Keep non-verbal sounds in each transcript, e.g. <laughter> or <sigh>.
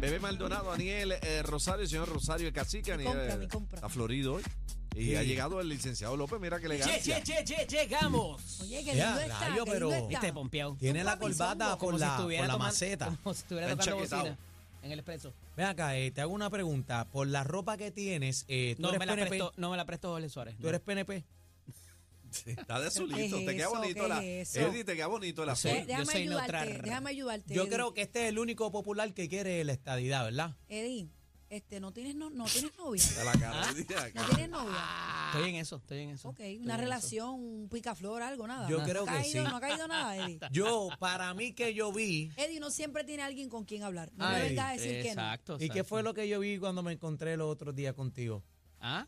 Bebé Maldonado, Daniel eh, Rosario, señor Rosario, el cacique. Daniel, compra, ni eh, compra. Está florido hoy. Y ha llegado el licenciado López, mira que le Che, che, che, che, llegamos. Oye, que Ya, lindo está, rayo, que pero- lindo está. Este pompeado. Tiene la Papi, corbata somos con Como si la, estuviera con la tomando- maceta. <laughs> Como si estuviera Está tocando enchaquetado. bocina en el expreso. Ven acá, eh, te hago una pregunta. Por la ropa que tienes, eh, ¿tú, No eres me, la PNP? presto, no me la presto Jorge Suárez. ¿tú eres PNP? Está de azulito, ¿Qué te es queda eso? bonito ¿Qué la. es eso? Eddie, te queda bonito el azul. Eh, Sí. déjame soy ayudarte, neutral. déjame ayudarte. Yo Eddie. creo que este es el único popular que quiere la estadidad, ¿verdad? Eddie, este, no tienes, no, no tienes novia. Está la ¿Ah? cara. Eddie, No acá. tienes novia. Ah, Estoy en eso, estoy en eso. Ok, Estoy una en relación, un picaflor, algo, nada. Yo No creo ha que caído- sí. No ha caído nada, <laughs> Eddie. Yo, para mí que yo vi, Eddie no siempre tiene alguien con quien hablar. eso. No me Ay, vengas a decir que no. Exacto. ¿y qué exacto. fue lo que yo vi cuando me encontré los otros días contigo? ¿Ah?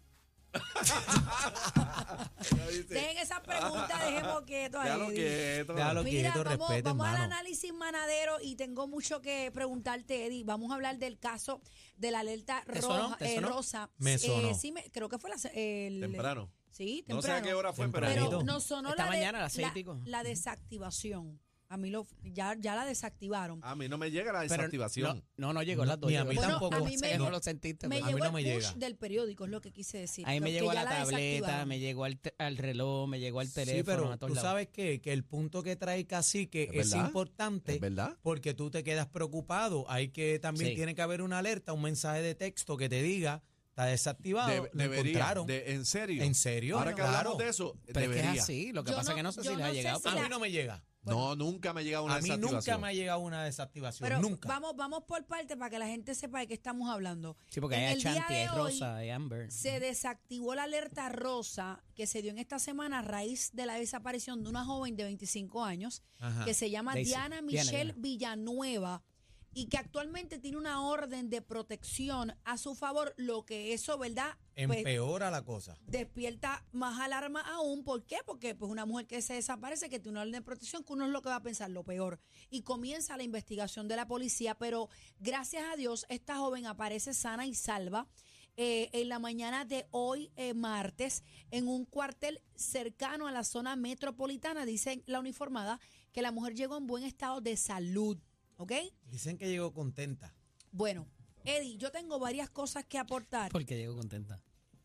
Dejen esas preguntas, dejemos quieto a Déjalo Eddie. quieto. Déjalo Mira, quieto, vamos, respeten, vamos al mano. análisis manadero y tengo mucho que preguntarte, Eddie. Vamos a hablar del caso de la alerta ¿Te roja, sonó? ¿Te eh, sonó? rosa. Me Eh, sonó. sí, me- creo que fue la, se- el- Temprano. Sí, No sé temprano. a qué hora fue, pero. Pero Tempranito. nos sonó Esta la, de- mañana, a las seis y la- pico. la desactivación. A mí lo, ya, ya la desactivaron. A mí no me llega la Pero desactivación. No, no, no llegó a las dos. Ni a llegó mí las dos. tampoco. a mí O sea, me- no lo sentiste. me ¿verdad? mí llegó no el me push llega. del periódico, es lo que quise decir. a mí me que llegó a ya la tableta, desactivaron. me llegó al, te- al reloj, me llegó al teléfono. Sí, a pero tú todos lados. sabes qué? que el punto que trae Cacique ¿Es es, verdad? importante ¿Es verdad? porque tú te quedas preocupado. Hay que también Sí. tiene que haber una alerta, un mensaje de texto que te diga está desactivado, De- lo debería. encontraron. de- ¿En serio? ¿En serio? Ahora que Claro. hablamos de eso, Pero es que debería. es así. Lo que Yo pasa no- es que no sé yo si le no ha sé llegado. si a pero- mí no me llega. No, nunca me ha llegado una A mí nunca desactivación. me ha llegado una desactivación. Pero nunca. vamos, vamos por parte para que la gente sepa de qué estamos hablando. Sí, porque En hay el día Chanti, de hay hoy, Rosa, hay Amber. Se desactivó la alerta rosa que se dio en esta semana a raíz de la desaparición de una joven de 25 años Ajá. que se llama Daisy. Diana Diana, Michelle Diana. Villanueva y que actualmente tiene una orden de protección a su favor, lo que eso, ¿verdad? Pues, Empeora la cosa. despierta más alarma aún. ¿Por qué? Porque pues una mujer que se desaparece, que tiene una orden de protección, que uno es lo que va a pensar lo peor. Y comienza la investigación de la policía, pero gracias a Dios esta joven aparece sana y salva. eh, en la mañana de hoy, eh, martes, en un cuartel cercano a la zona metropolitana, dice la uniformada, que la mujer llegó en buen estado de salud. ¿Ok? Dicen que llegó contenta. Bueno, Eddie, yo tengo varias cosas que aportar. Porque llegó contenta.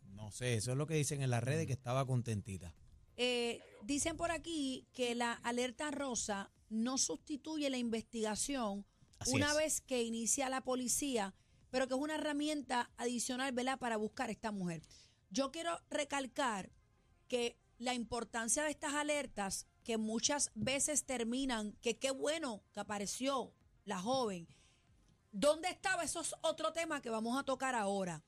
No sé, eso es lo que dicen en las Mm. redes que estaba contentita. Eh, dicen por aquí que la alerta rosa no sustituye la investigación Así una es. vez que inicia la policía, pero que es una herramienta adicional, ¿verdad?, para buscar a esta mujer. Yo quiero recalcar que la importancia de estas alertas, que muchas veces terminan, que qué bueno que apareció la joven. ¿Dónde estaba? Eso es otro tema que vamos a tocar ahora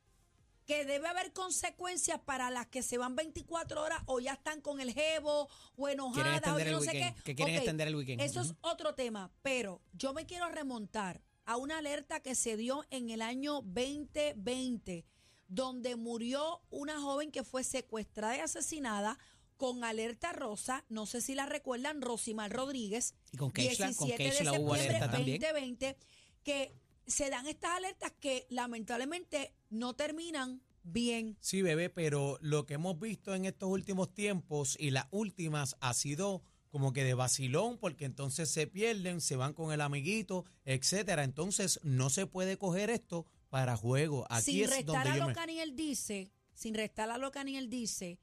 que debe haber consecuencias para las que se van 24 horas o ya están con el jevo o Quieren enojadas o extender yo el Ah, no sé qué. weekend. Que quieren Ok, extender el weekend. Eso es Ujú. otro tema, pero yo me quiero remontar a una alerta que se dio en el año 2020 donde murió una joven que fue secuestrada y asesinada con alerta rosa, no sé si la recuerdan, Rosimar Rodríguez, Y con Keishla, 17 con de Keishla septiembre hubo alerta también. 2020, que se dan estas alertas que lamentablemente no terminan bien. Sí, bebé, pero lo que hemos visto en estos últimos tiempos y las últimas ha sido como que de vacilón, porque entonces se pierden, se van con el amiguito, etcétera. Entonces no se puede coger esto para juego. Aquí sin es restar donde a yo lo me... que Aniel dice, sin restar a lo que Aniel dice,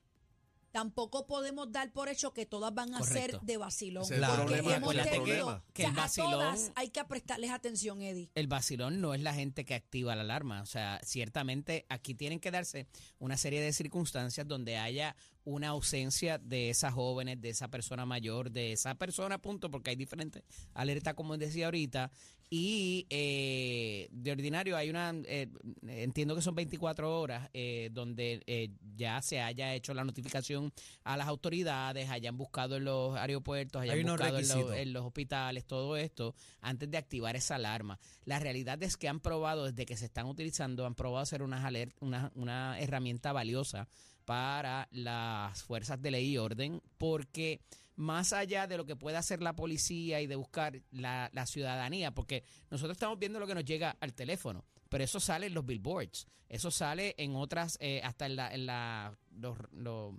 tampoco podemos dar por hecho que todas van a ser Correcto. de vacilón. Ese es el porque problema, hemos acuérdate tenido- que- o que sea, el a vacilón- todas hay que prestarles atención, Eddie. El vacilón no es la gente que activa la alarma. O sea, ciertamente aquí tienen que darse una serie de circunstancias donde haya u- una ausencia de esas jóvenes, de esa persona mayor, de esa persona, punto, porque hay diferentes alertas, como decía ahorita. Y eh, de ordinario hay una, eh, entiendo que son 24 horas, eh, donde eh, ya se haya hecho la notificación a las autoridades, hayan buscado en los aeropuertos, hayan Hay unos buscado en los- requisitos. en los hospitales, todo esto, antes de activar esa alarma. La realidad es que han probado, desde que se están utilizando, han probado ser unas alert- una, una herramienta valiosa para las fuerzas de ley y orden, porque más allá de lo que pueda hacer la policía y de buscar la, la ciudadanía, porque nosotros estamos viendo lo que nos llega al teléfono, pero eso sale en los billboards, eso sale en otras, eh, hasta en, la, en la, los, los-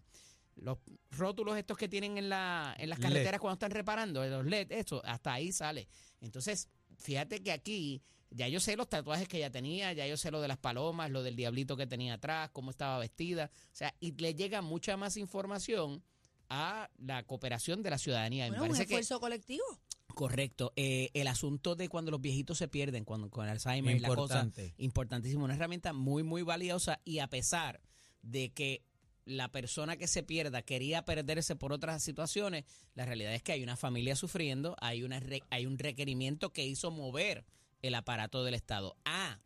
los rótulos estos que tienen en, la, en las LED. carreteras cuando están reparando, los LED, eso, hasta ahí sale. Entonces, fíjate que aquí ya yo sé los tatuajes que ella tenía, ya yo sé lo de las palomas, lo del diablito que tenía atrás, cómo estaba vestida. O sea, y le llega mucha más información a la cooperación de la ciudadanía. Me Bueno, un parece que- esfuerzo colectivo. correcto. Eh, el asunto de cuando los viejitos se pierden, cuando con Alzheimer y la cosa, Importante. importantísimo. Una herramienta muy, muy valiosa y a pesar de que la persona que se pierda quería perderse por otras situaciones, la realidad es que hay una familia sufriendo, hay, una re- hay un requerimiento que hizo mover el aparato del Estado. Ah,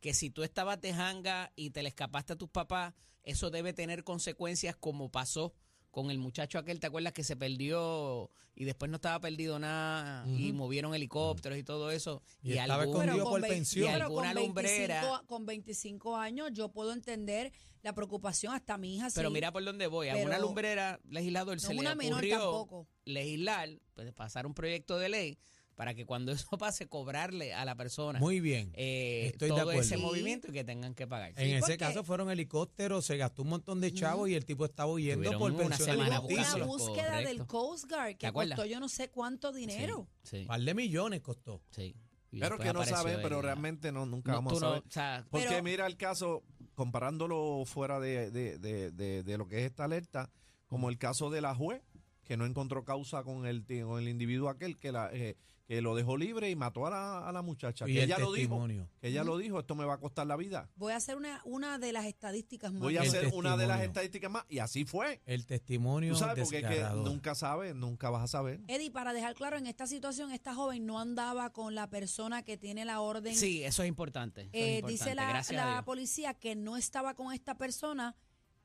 que si tú estabas de janga y te le escapaste a tus papás, eso debe tener consecuencias como pasó con el muchacho aquel, ¿te acuerdas que se perdió y después no estaba perdido nada y Ujú. movieron helicópteros y todo eso? Y estaba algún- escondido Pero por con, vei- pensión. sí, pero Y con, alguna lumbrera. 25, con 25 años yo puedo entender la preocupación hasta mi hija. Pero sí. mira por dónde voy. A Pero una lumbrera legislador no se es le una menor ocurrió tampoco. legislar, pues, pasar un proyecto de ley para que cuando <laughs> eso pase, cobrarle a la persona Muy bien. eh, estoy de todo acuerdo. ese Sí. movimiento y que tengan que pagar. en ese porque- caso fueron helicópteros, se gastó un montón de chavos y el tipo estaba huyendo Tuvieron por una pensión semana alimenticia. Hubo buscando una justicia. búsqueda del Correcto. Coast Guard que acuerdas? costó yo no sé cuánto dinero. Sí, Un par de millones costó. sí. Y Pero después que no apareció saben, el- pero realmente no, nunca No, vamos a tú no, saber. o sea, Porque Pero- mira el caso, comparándolo fuera de, de- de- de- de lo que es esta alerta, como el caso de la juez, que no encontró causa con el, ti- con el individuo aquel que, la, eh, que lo dejó libre y mató a la, a la muchacha. Y que el ella lo dijo, testimonio. que ella lo dijo, esto me va a costar la vida. Voy a hacer una, una de las estadísticas más. Voy a El hacer una de las testimonio. estadísticas más. Y así fue. El testimonio Tú sabes, porque es que desgarrador. nunca sabes, nunca vas a saber. Eddie, para dejar claro, en esta situación esta joven no andaba con la persona que tiene la orden. Sí, eso es importante. eso es Eh, importante, dice la, gracias a la Dios. policía que no estaba con esta persona,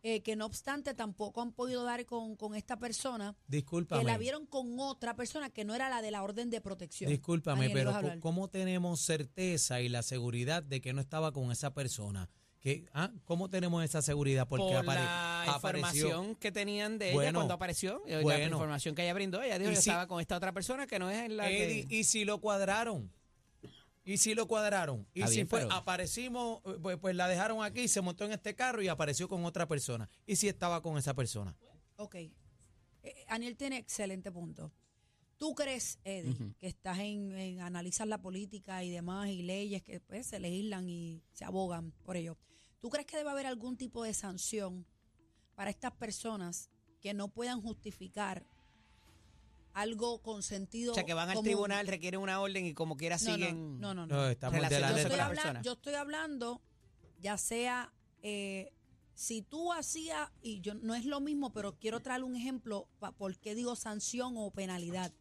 eh, que no obstante tampoco han podido dar con, con esta persona, Discúlpame. que la vieron con otra persona que no era la de la orden de protección. Discúlpame, Daniel, pero ibas a co- hablar. ¿cómo tenemos certeza y la seguridad de que no estaba con esa persona? ¿Qué, ah, ¿Cómo tenemos esa seguridad? Porque Por apare- la apareció. información que tenían de ella Bueno, cuando apareció, eh, la bueno. información que ella brindó, ella dijo Y yo si- estaba con esta otra persona que no es en la que- Eddie, ¿y si lo cuadraron? ¿Y si lo cuadraron? ¿Y Está si bien, fue, pero- aparecimos, eh, pues, pues la dejaron aquí, se montó en este carro y apareció con otra persona? ¿Y si estaba con esa persona? Ok. Eh, Aniel tiene excelente punto. ¿Tú crees, Eddie, Ujú. que estás en, en analizar la política y demás y leyes que pues, se legislan y se abogan por ello? ¿Tú crees que debe haber algún tipo de sanción para estas personas que no puedan justificar algo con sentido O sea, que van al común? tribunal, requieren una orden y como quiera No, no, siguen... no, no, no. No, estamos de Relación- la yo, de estoy la hablan- persona. yo estoy hablando, ya sea, eh, si tú hacías, y yo no es lo mismo, pero quiero traer un ejemplo pa- por qué digo sanción o penalidad.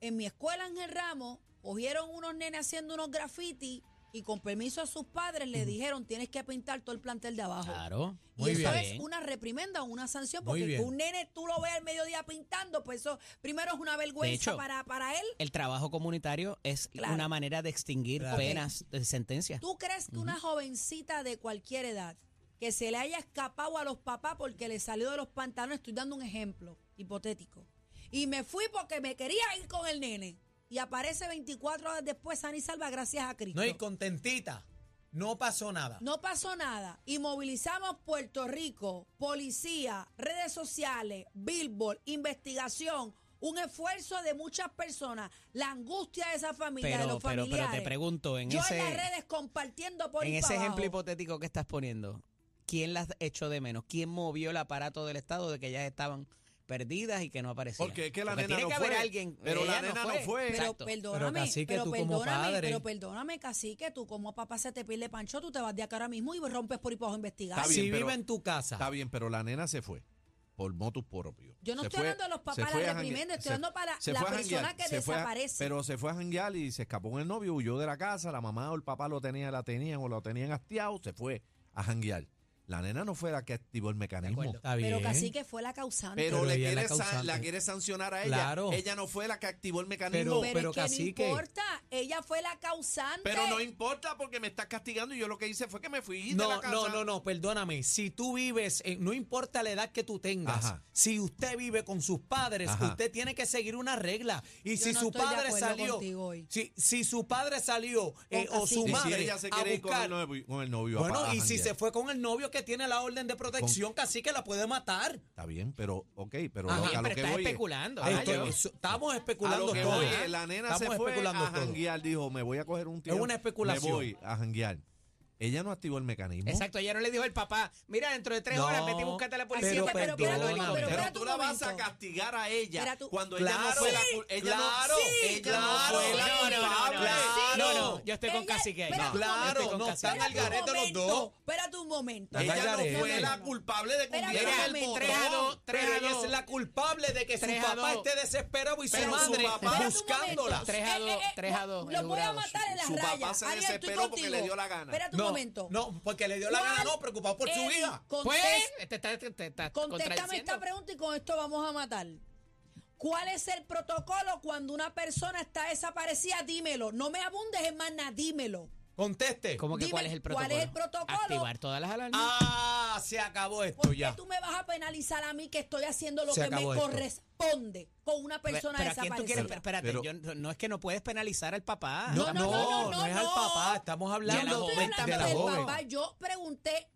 En mi escuela, en el ramo, cogieron unos nenes haciendo unos graffiti y con permiso de sus padres le dijeron, tienes que pintar todo el plantel de abajo. Claro. Muy y eso bien. es una reprimenda o una sanción, Muy porque que bien. un nene tú lo ves al mediodía pintando, pues eso primero es una vergüenza hecho, para, para él. El trabajo comunitario es Claro. una manera de extinguir Claro. penas, eh, sentencias. ¿Tú crees que una jovencita de cualquier edad que se le haya escapado a los papás porque le salió de los pantalones, estoy dando un ejemplo hipotético, y me fui porque me quería ir con el nene, y aparece 24 horas después sana y salva gracias a Cristo? No, y contentita. No pasó nada. No pasó nada y movilizamos Puerto Rico, policía, redes sociales, billboard, investigación, un esfuerzo de muchas personas, la angustia de esa familia, de Pero, los pero, familiares. pero te pregunto, en yo ese, en las redes compartiendo por en ahí ese para ejemplo abajo. hipotético que estás poniendo, ¿quién las echó de menos? ¿Quién movió el aparato del Estado de que ellas estaban perdidas y que no aparecían? Porque es que la nena tiene no que haber fue, alguien. pero la ella nena no fue. Pero Exacto. perdóname, pero, cacique, tú como perdóname, padre. pero perdóname, cacique, tú como papá se te pierde pancho, tú te vas de acá ahora mismo y rompes por y a investigar. Está bien, si pero- vive en tu casa. Está bien, pero la nena se fue. por motus propio. Yo no Se estoy fue- hablando de los se papás fue la a jangue- reprimenda, estoy se- hablando para se la fue a persona janguear, que se fue a- desaparece. pero se fue a janguear y se escapó con el novio, huyó de la casa, la mamá o el papá lo tenía, la tenían o lo tenían hastiado, se fue a janguear. La nena no fue la que activó el mecanismo. acuerdo. Está bien. Pero casi que fue la causante. Pero, Pero le ella es la quiere san- causante. la quiere sancionar a ella. Claro. Ella no fue la que activó el mecanismo. Pero- Pero, es que cacique. no importa, ella fue la causante. Pero no importa porque me estás castigando y yo lo que hice fue que me fui de la No, casa. no, no, no, perdóname. Si tú vives, en- no importa la edad que tú tengas, Ajá. si usted vive con sus padres, Ajá. usted tiene que seguir una regla. Y Yo si no su estoy de padre acuerdo salió, contigo hoy. si, si su padre salió eh, Con o su Y cacique. madre si ella se a quiere ir con el buscar, novio, con el novio a bueno, pa- a y si janguear. se fue con el novio que tiene la orden de protección, casi que la puede matar. Está bien, pero, ok, pero Ajá, lo- a lo pero que estás voy es- especulando, a Ah, lo ¿no? que Esto- voy- eso- estamos a especulando lo que todo. ¿ah? voy es, la nena Estamos se fue a especulando todo. janguear, dijo, me voy a coger un tío. una especulación. Me voy a janguear. Ella no activó el mecanismo. Exacto, ella no le dijo al papá, mira, dentro de tres No, horas vete y búscate a la policía. pero para que tú perdóname. hagas Pero Pero, lo espérate mismo". espérate tú un la vas a momento. castigar a ella Espera tú- cuando ella no Claro, fue la sí, cul- ella no- claro, ella claro, no fue la no, no, no, no, culpable. no, no, no, yo estoy con Cacique ahí. espérate un Claro, momento, no, espérate están un al garete los momento, dos. Espérate un momento. Están al Ella no garete. fue la culpable de que Espérate hundiera un el botón. momento. Tres a dos, tres Pero a ella dos. es la culpable de que su Tres a papá dos. esté desesperado y su Pero su madre papá- Espérate un buscándola. momento. Tres a dos, tres a dos, Los el eh, voy a jurado. matar en las Su papá rayas. se Ariel, estoy desesperó porque contigo. le dio la gana. Espérate un No, momento. no, porque le dio la ¿Cuál gana, no, preocupado por su es el hija. contexto? Pues, te está, te- te está Contéstame contradiciendo. esta pregunta y con esto vamos a matar. ¿Cuál es el protocolo cuando una persona está desaparecida? Dímelo. No me abundes, hermana, dímelo. Conteste. ¿Cómo que Dime, cuál es el protocolo? ¿cuál es el protocolo? Activar todas las alarmas. Ah, se acabó esto ¿Por qué ya. tú me vas a penalizar a mí que estoy haciendo lo Se que me acabó esto. corresponde con una Pe- persona pero ¿a quién tú desaparecida? quieres? Pe- Espérate, Pero- yo no no es que no puedes penalizar al papá. No, no, Tampoco. no, no, no, es al no. papá, Ah, estamos Y a la hablando Yo joven, estoy de- hablando de la del joven. papá. Yo pregunté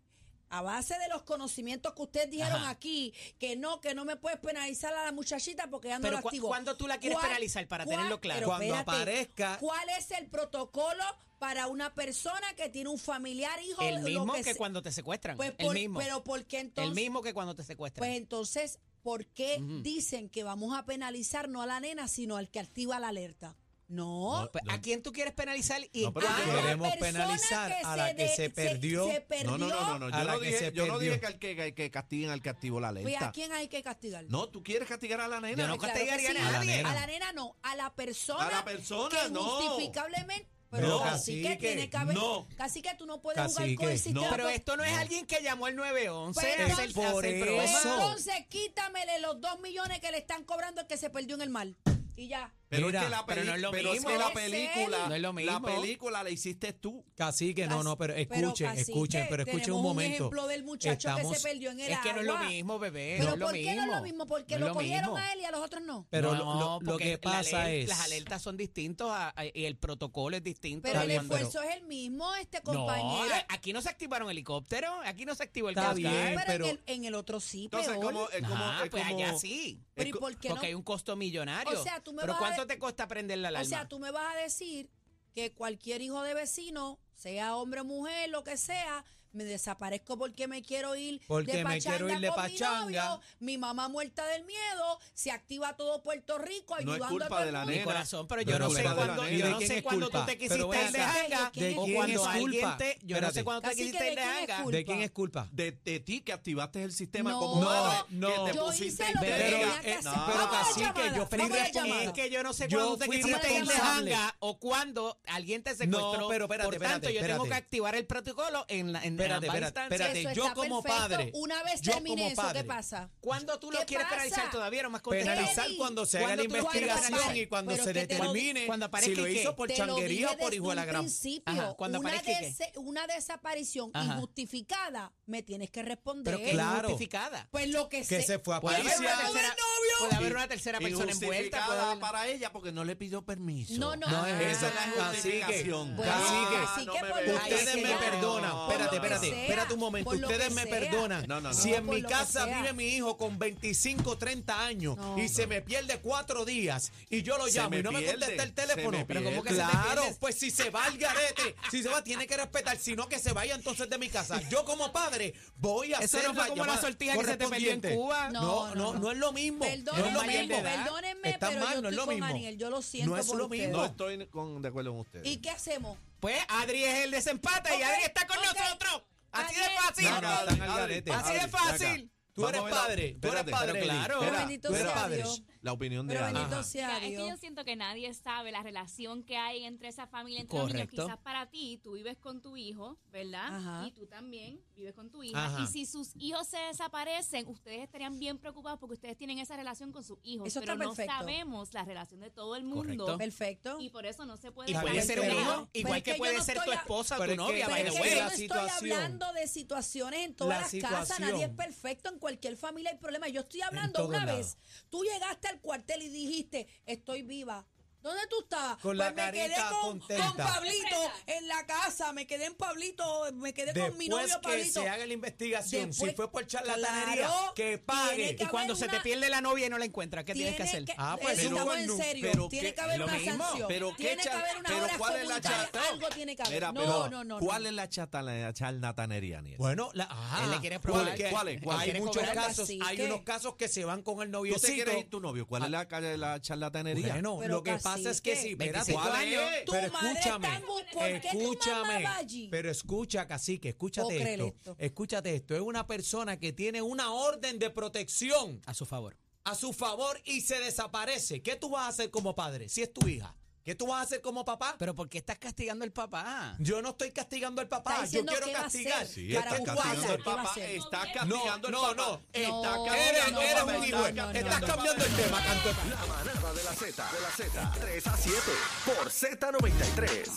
a base de los conocimientos que ustedes dijeron Ajá. aquí que no, que no me puedes penalizar a la muchachita porque ya no Pero lo cu- activo. ¿cuándo tú la quieres ¿Cuál- penalizar? Para cuál- tenerlo claro. pero Cuando aparezca- ¿Cuál es el protocolo para una persona que tiene un familiar, hijo? El lo mismo que, se- cuando te secuestran. Pues el por- mismo. Pero ¿por qué entonces? el mismo que cuando te secuestran. Pues entonces, ¿por qué Ujú. dicen que vamos a penalizar no a la nena, sino al que activa la alerta? No. Pues, ¿A quién tú quieres penalizar? Y ah, No, pero a porque la queremos persona penalizar a la que de- se perdió. se perdió. No, no, no, no, no. A Yo, la no que dije, se yo no dije perdió. que, al que, que- que castiguen al que activó la Pues, alerta. ¿a quién hay que castigar? Pues, No, tú quieres castigar a la nena. Yo no Claro castigaría que a sí. nadie. A la nena no, a la persona. A la persona, que no. Justificablemente. No, Pero casi que cacique, tiene que haber. no. Casi que tú no puedes jugar Cacique, con el no. sistema. Pero pues- esto no es alguien que llamó el 911. Pero es el, por hace el pues programa. eso. entonces quítamele los dos millones que le están cobrando al que se perdió en el mal. Y ya. Pero, Mira, es que la pero no es lo peli- pero es mismo. que la Puede ser. película, No es lo la mismo. película la hiciste tú. Cacique, no, no, pero escuchen, cacique, escuchen, pero escuchen tenemos un momento. ejemplo del muchacho que Estamos- se perdió en el Es que no es lo agua. mismo, bebé. Pero no ¿por es lo qué no mismo. es lo mismo? Porque No lo es cogieron mismo. a él y a los otros no. Pero No, lo- lo, lo porque que la pasa alert- es. Las alertas son distintas a- a- y el protocolo es distinto. Pero Está el bien, pero- esfuerzo es el mismo, este No, compañero. a- aquí no se activaron helicópteros, aquí no se activó el Está Coast Sí, Guard. bien, pero, pero- en, el, en el otro sí, Entonces, peor. como, es como, Ajá, es pues como- allá sí. Pero ¿y es co- por qué Porque no? hay un costo millonario. O sea, tú me Pero vas a ¿cuánto de- te cuesta prender O la alarma? sea, tú me vas a decir que cualquier hijo de vecino, sea hombre o mujer, lo que sea, me desaparezco porque me quiero ir Porque de me pachanga quiero ir de con mi pachanga. novio, mi mamá muerta del miedo, se activa todo Puerto Rico No es ayudando culpa a todo el de la mundo. mi nena. corazón, pero yo Pero no sé culpa de la cuándo, nena. yo ¿De no quién sé es cuándo tú culpa? te Pero quisiste ven ir de acá, janga ¿de quién o es cuando culpa? alguien te, yo no sé Espérate. cuándo te Cacique, quisiste ¿de ir de quién es janga. culpa? ¿De quién es culpa? de, de ti que activaste el sistema No, como madre, no, que te yo pusiste Ah, hice lo que en verga. Pero, tenía que eh, hacer. No. pero Vamos a la cacique, llamada, yo fui vamos a la respon- llamada. Es que yo no sé Yo cuándo te fui quisiste ir de responsable. janga o cuando alguien te secuestró. No, pero espérate, Por tanto, espérate, yo tengo espérate. que activar el protocolo en la en Espérate, ambas espérate, instancias. espérate. Eso yo está como perfecto. padre, Una vez yo termine como eso, padre, ¿qué pasa? ¿Cuándo tú lo ¿Qué quieres pasa? penalizar todavía? No más penalizar Eddie, cuando se haga la ¿cuándo tú lo quieres investigación penalizar? y cuando Pero se es que te lo- determine cuando aparezca si lo ¿y qué? hizo por Te lo dije changuería o por desde hijo de la un gran. principio. Ajá, cuando una, aparezca, ¿y dese- una desaparición Ajá. injustificada me tienes que responder. Pero que Claro. es justificada. Pues lo que, pues, Que se fue a Puede haber, Policía, una no tercera, puede haber una tercera persona envuelta. puede Injustificada haber- para ella porque no le pidió permiso. No, no. No es Ah, eso, la justificación. cacique. Bueno, Cacique, así que por lo que Ustedes me sea, perdonan. por Espérate, lo que espérate. sea, Espérate un momento. por lo que Ustedes me sea. perdonan. No, no, no. Si en Por mi lo que casa sea. vive mi hijo con 25, 30 años No. y se me pierde cuatro días y yo lo Se llamo me y no me pierde, contesta el se me teléfono. Pero ¿cómo pierde. que se te claro, pierde? pues si se va al garete, si se va, tiene que respetar. Si no, que se vaya entonces de mi casa. Yo como padre voy a Eso hacer no fue la como la llamada sortija que se te perdió en correspondiente. Cuba. No, No, no, no. no es lo mismo. No es lo Perdónenme, mismo. perdónenme, Está pero mal, yo no estoy es lo con mismo. Daniel, yo lo siento No es por lo ustedes. mismo. No estoy con, de acuerdo con ustedes. ¿Y qué hacemos? Pues Adri es el desempate y Ok, Adri está con ok. nosotros. Así de Adriel, fácil. No, no, están al garete. Así Adri, de ven acá. fácil. Tú Vamos eres a ver la- padre, tú eres espérate, padre, espérate, claro. espera, Bendito tú eres sea padre. Dios. La opinión de Pero Ana. bendito Mira, sea es que yo Dios. siento que nadie sabe la relación que hay entre esa familia, entre los Correcto. niños. Quizás para ti, tú vives con tu hijo, ¿verdad? Ajá. Y tú también vives con tu hija. Ajá. Y si sus hijos se desaparecen, ustedes estarían bien preocupados porque ustedes tienen esa relación con sus hijos. Eso está pero no perfecto. sabemos la relación de todo el mundo. Correcto. Perfecto. Y por eso no se puede Y saber. puede ser un Pero- hijo, pero igual es que que yo puede no ser tu estoy a- esposa, pero tu es que- novia, pero by es the que way. yo la no estoy situación. hablando de situaciones en todas La las casas, nadie es situación. perfecto, en cualquier familia hay problemas. Yo estoy hablando todos una vez, lados. tú llegaste al cuartel y dijiste, estoy viva. ¿Dónde tú estabas? Con la pues me quedé carita con, contenta. con Pablito en la casa, me quedé en Pablito, me quedé con mi novio que Pablito. se haga la investigación, Después, si fue por charlatanería, claro, que tiene pague. que Y cuando haber se te una- pierde la novia y no la encuentras, ¿qué tienes que hacer? Ah, pues, eso pero- estamos en serio. pero tiene qué- que haber lo una mismo. sanción. Pero qué tiene que cha- haber una pero hora ¿cuál es la comunitaria, chata- Algo tiene que haber. Mira, no, pero, no, no. ¿Cuál no. es la chatala- charlatanería, Aniel? Bueno, la, ajá. Él le quiere ¿Cuál- probar. qué- ¿Cuál es? ¿Cuál es? Hay Quiere muchos cobrar, casos, así hay que- unos casos que se van con el ¿Tú te noviocito. quieres ir tu novio? ¿Cuál es la, ca- la charlatanería? Bueno, Pero lo que casi pasa es que que- sí, 25 años. espérate, Tu pero madre escúchame, está muy- ¿por qué tu escúchame, mamá va allí? pero escucha, cacique, Puedo escúchate creer esto, esto. escúchate esto, es una persona que tiene una orden de protección A su favor. a su favor y se desaparece. ¿Qué tú vas a hacer como padre si es tu hija? ¿Qué tú vas a hacer como papá? Pero ¿por qué estás castigando al papá? Yo no estoy castigando al Está papá, yo diciendo quiero qué va a castigar. hacer Sí, ¿Qué para tú está buscarla, haces? castigando el ¿qué va a papá. hacer? Está No, castigando el no, papá. no. Está No, Eres, castigando al eres papá. un Está igual. no, no, castigando Estás al papá. cambiando el tema, canto. La manada de la Z, de la Z, 3 a 7 por Z93.